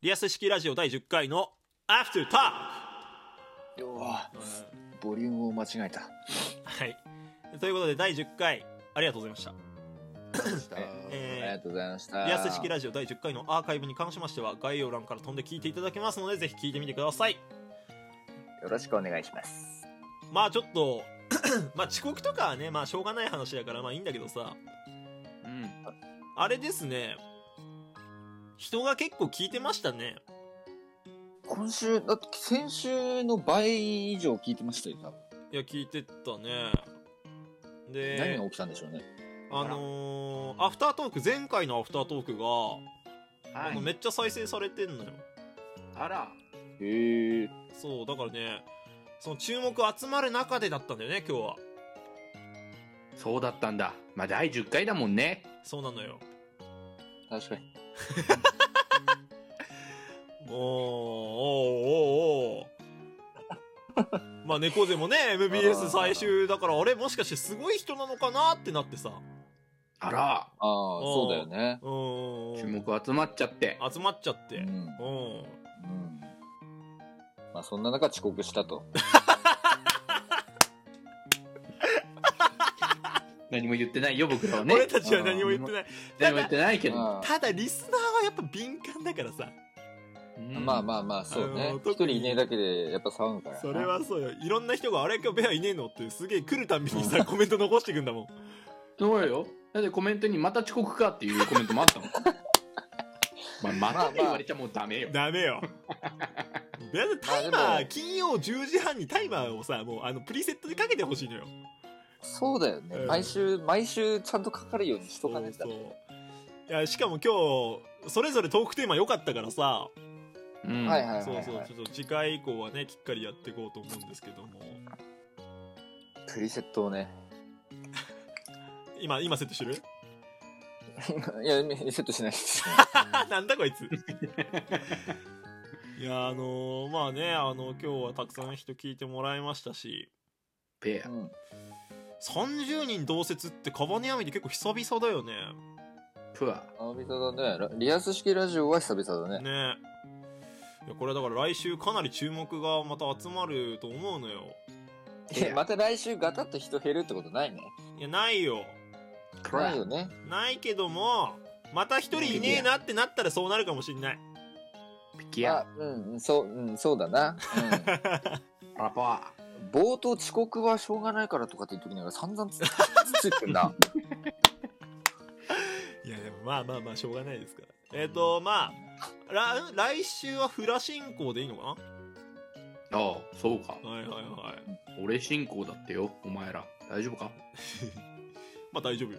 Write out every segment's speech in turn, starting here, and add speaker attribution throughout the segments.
Speaker 1: リアス式ラジオ第10回のアフタートー
Speaker 2: よーボリュームを間違えた。
Speaker 1: クはい。ということで、第10回、ありがとうございました。えー
Speaker 2: ありがとうございました。
Speaker 1: リアス式ラジオ第10回のアーカイブに関しましては、概要欄から飛んで聞いていただけますので、ぜひ聞いてみてください。
Speaker 2: よろしくお願いします。
Speaker 1: まあちょっと、 まあ遅刻とかはね、まあしょうがない話だから、まあいいんだけどさ、
Speaker 3: うん。
Speaker 1: あれですね、人が結構聞いてましたね。
Speaker 2: 今週、だって先週の倍以上聞いてましたよ、多分。
Speaker 1: いや、聞いてったね。
Speaker 2: 何
Speaker 1: で
Speaker 2: が、起きたんでしょうね。
Speaker 1: あのーアフタートーク、前回のアフタートークが、
Speaker 3: は
Speaker 1: あの
Speaker 3: い。
Speaker 1: めっちゃ再生されてんのよ。
Speaker 3: あら。
Speaker 2: へえ。
Speaker 1: そう、だからね、その注目集まる中でだったんだよね、今日は。
Speaker 3: そうだったんだ。まあ、第10回だもんね。
Speaker 1: そうなのよ。
Speaker 2: 確かに。
Speaker 1: おー、おー、おー、おー。 まあ、猫背もね、MBS 最終だから、あれもしかしてすごい人なのかなってなってさ。
Speaker 3: あら。
Speaker 2: ああ、そうだよね。
Speaker 1: うんうんうん。
Speaker 3: 注目集まっちゃって。
Speaker 1: 集まっちゃっ
Speaker 2: う
Speaker 1: て。うん。
Speaker 2: ん。うん。まあ、そんな中遅刻したと。
Speaker 3: 何も言ってないよ、僕らはね。
Speaker 1: 俺たちは何も言ってない。
Speaker 3: 何も言ってないけど。
Speaker 2: ああ
Speaker 1: ただ、リスナーはやっぱ敏感だからさ。
Speaker 3: うん
Speaker 2: まあまあまあ、そう
Speaker 1: あ
Speaker 2: ね
Speaker 1: の。
Speaker 2: 一
Speaker 1: 特
Speaker 2: 人
Speaker 1: に
Speaker 2: いねえだけで、やっぱ騒ぐから。
Speaker 1: それ。はそうよ。いろんな人が、あれ今日ベアいねえのってすげえ来るたんびにさ、コメント残してくんだもん。
Speaker 3: そうよ。だってコメントにまた遅刻かっていうコメントもあっ たもん。まあ、またって言われちゃもうダメよ。
Speaker 1: ダメ よ。ベアタイマー、金曜10時半にタイマーをさ、もうあの、プリセットでかけてほしいのよ。
Speaker 2: そうだよね。
Speaker 1: うん
Speaker 2: 毎週、毎週ちゃんとかかるようにしとかねえと
Speaker 1: そうそういやしかも今日それぞれトークテーマ良かったからさ、
Speaker 3: うん。
Speaker 2: はいはいはい
Speaker 1: そう
Speaker 2: はい。
Speaker 1: そうちょっと次回以降はねきっかりやっていこうと思うんですけども
Speaker 2: プリセットをね。
Speaker 1: 今今セットしてる
Speaker 2: いや、リセットしな いです。
Speaker 1: なんだこいついやあのーまあねあの今日はたくさん人聞いてもらいましたし
Speaker 3: ペ
Speaker 2: う
Speaker 3: ア。
Speaker 2: ん。
Speaker 1: 30人同説ってカバネアミで結構久々だよね
Speaker 3: プア。
Speaker 2: 久々だねラ。リアス式ラジオは久々だね。
Speaker 1: ねいやこれだから来週かなり注目がまた集まると思うのよ
Speaker 3: ね
Speaker 2: いやまた来週ガタッと人減るってことないね。
Speaker 1: いやないよ
Speaker 3: ク
Speaker 2: な
Speaker 3: ラ
Speaker 2: いよね。
Speaker 1: ないけどもまた一人いねえなってなったらそうなるかもしんない
Speaker 3: ピキア
Speaker 2: あ。うん、そう、うん、そうだな。
Speaker 3: ラパ
Speaker 2: うん。冒頭遅刻はしょうがないからとかって言っときながら散々つつついてん な。
Speaker 1: いやでもまあまあまあしょうがないですからえっ、とまあら来週はフラ進行でいいのか
Speaker 3: ー。ああ、そうか。
Speaker 1: なはいはいはい
Speaker 3: 俺進行だってよ、お前ら。大丈夫か
Speaker 1: まあ大丈夫よ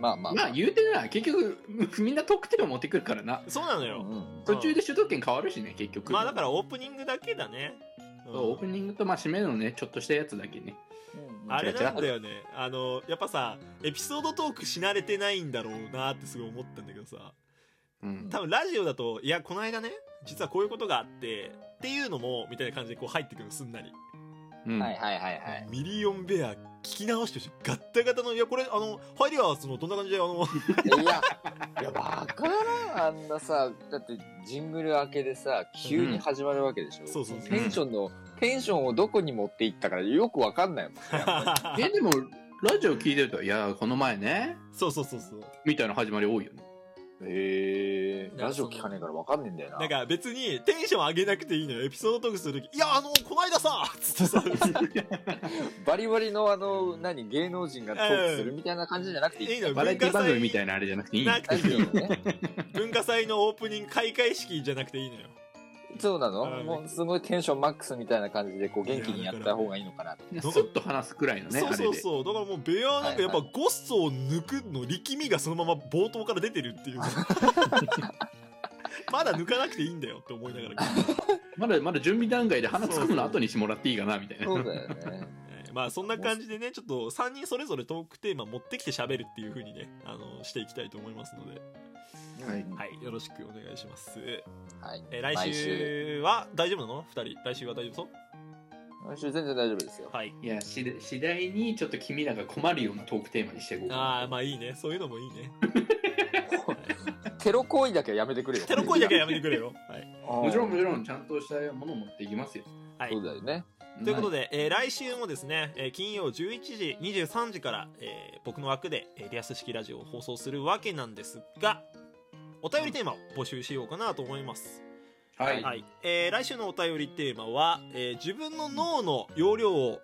Speaker 2: まあまあ、
Speaker 3: まあ言うてな、結局、みんな得点を持ってくるからな。
Speaker 1: そうなの
Speaker 2: う
Speaker 1: よ、
Speaker 2: ん。
Speaker 3: 途中で主導権変わるしね、結局。
Speaker 1: まあだからオープニングだけだね、うん
Speaker 3: そうオープニングとまあ締めのね、ちょっとしたやつだけね。
Speaker 2: うん
Speaker 1: あれなんだよねあのやっぱさエピソードトークし慣れてないんだろうなってすごい思ったんだけどさ
Speaker 3: うん。
Speaker 1: 多分ラジオだといやこの間ね実はこういうことがあってっていうのもみたいな感じでこう入ってくるのすんなり
Speaker 3: うん
Speaker 2: はいはいはいはい。
Speaker 1: ミリオンベア聞き直してほしいガッタガタのいやこれあの入りはそのどんな感じであの
Speaker 2: いや、いや、わからん。あんなさ、だって、ジングル明けでさ、急に始まるわけでしょ。
Speaker 1: そうそうそう
Speaker 2: テンションの、テンションをどこに持っていったからよくわかんないもん。
Speaker 3: え、でも、ラジオ聞いてると、いや、この前ね、
Speaker 1: そうそうそうそう
Speaker 3: みたいな始まり多いよ ね。
Speaker 2: へえ
Speaker 1: ー
Speaker 2: ラジオ聞かねえからわかんねえんだよな。
Speaker 1: なんか別にテンション上げなくていいのよエピソードトークする時いやあのこの間さ」つって さ
Speaker 2: バリバリのあの、何、芸能人がトークするみたいな感じじゃなくていい。
Speaker 1: いいのよ
Speaker 3: バラエティ番組みた
Speaker 1: い
Speaker 3: いなあれじゃなくていいよ
Speaker 1: なく
Speaker 2: 何
Speaker 1: ていいの
Speaker 2: よ ね、
Speaker 1: 文化祭のオープニング開会式じゃなくていいのよ
Speaker 2: そうなの
Speaker 1: うん
Speaker 2: もうすごいテンションマックスみたいな感じでこう元気にやった方がいいのかな
Speaker 3: スッと話すくらいのね、
Speaker 1: そう
Speaker 3: あ
Speaker 1: そ
Speaker 3: れ
Speaker 1: う
Speaker 3: で。
Speaker 1: そうだからもうベアなんかやっぱゴッソを抜くの力みがそのまま冒頭から出てるっていう まだ抜かなくていいんだよって思いながら聞いて
Speaker 3: まだまだ準備段階で鼻つくむの後にしてもらっていいかな、みたいな。
Speaker 2: そうだよね。
Speaker 1: えーまあそんな感じでねちょっと3人それぞれトークテーマ持ってきて喋るっていう風にねあのしていきたいと思いますので
Speaker 3: はい
Speaker 1: はいよろしくお願いします
Speaker 2: はい。
Speaker 1: えー来
Speaker 2: 毎
Speaker 1: 週
Speaker 2: 週
Speaker 1: は大丈夫なの2人来週は大丈夫そう
Speaker 2: 来週全然大丈夫で すよ。
Speaker 1: はい
Speaker 3: いや、し次第にちょっと君らが困るようなトークテーマにしていこうかな
Speaker 1: ああまあいいねそういうのもいいね
Speaker 2: テロ行為だけはやめてくれよ。
Speaker 1: テロ行為だけはやめてくれ よ。はい。
Speaker 2: も
Speaker 3: もちろんもちろんちゃんとしたものを持っていきますよ
Speaker 1: はい
Speaker 2: そうだよね。
Speaker 1: ということ
Speaker 3: で
Speaker 1: で、えー来週もですね、えー金曜11時23時から、えー僕の枠で、えーリアス式ラジオを放送するわけなんですがお便りテーマを募集しようかなと思います、
Speaker 3: はい、
Speaker 1: はいえー来週のお便りテーマは、えー自分の脳の容量を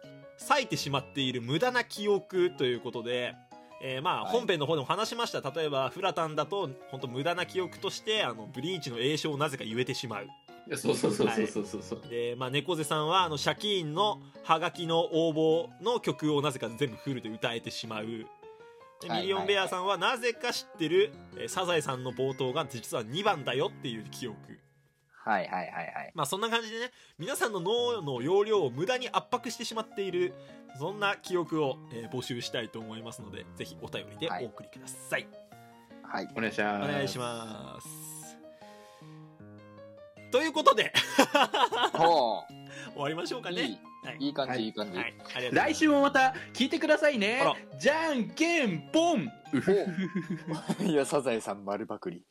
Speaker 1: 割いてしまっている無駄な記憶ということで、えーまあ
Speaker 2: はい
Speaker 1: 本編の方でも話しました例えばフラタンだと本当無駄な記憶としてあのブリーチの栄称をなぜか言えてしまう
Speaker 3: いやそうそうそうそうそうそうそう、
Speaker 1: で、まあ、猫背さんは、あの、シャキーンのハガキの応募の曲をなぜか全部フルで歌えてしまう。で
Speaker 2: はい
Speaker 1: ミリオンベアさんはなぜか知ってる、えーサザエさんの冒頭が実は2番だよっていう記憶。
Speaker 2: はいはいはいはい。
Speaker 1: まあそんな感じでね、皆さんの脳の容量を無駄に圧迫してしまっている、そんな記憶を、えー募集したいと思いますので、ぜひお便りでお送りください
Speaker 2: はい。
Speaker 3: お願いします
Speaker 1: お願いします。ということで、
Speaker 2: ほ
Speaker 1: 終わりましょうか
Speaker 2: う。
Speaker 1: ね
Speaker 2: い。
Speaker 1: はい
Speaker 2: い、いい感
Speaker 3: は
Speaker 2: じ、
Speaker 3: い
Speaker 2: いい感じ。
Speaker 1: はい、ありがとうございます
Speaker 3: 来週もまた聞いてくださいね
Speaker 1: あら
Speaker 3: じゃんけんぽんうふ
Speaker 2: おいや、サザエさん丸パクリ。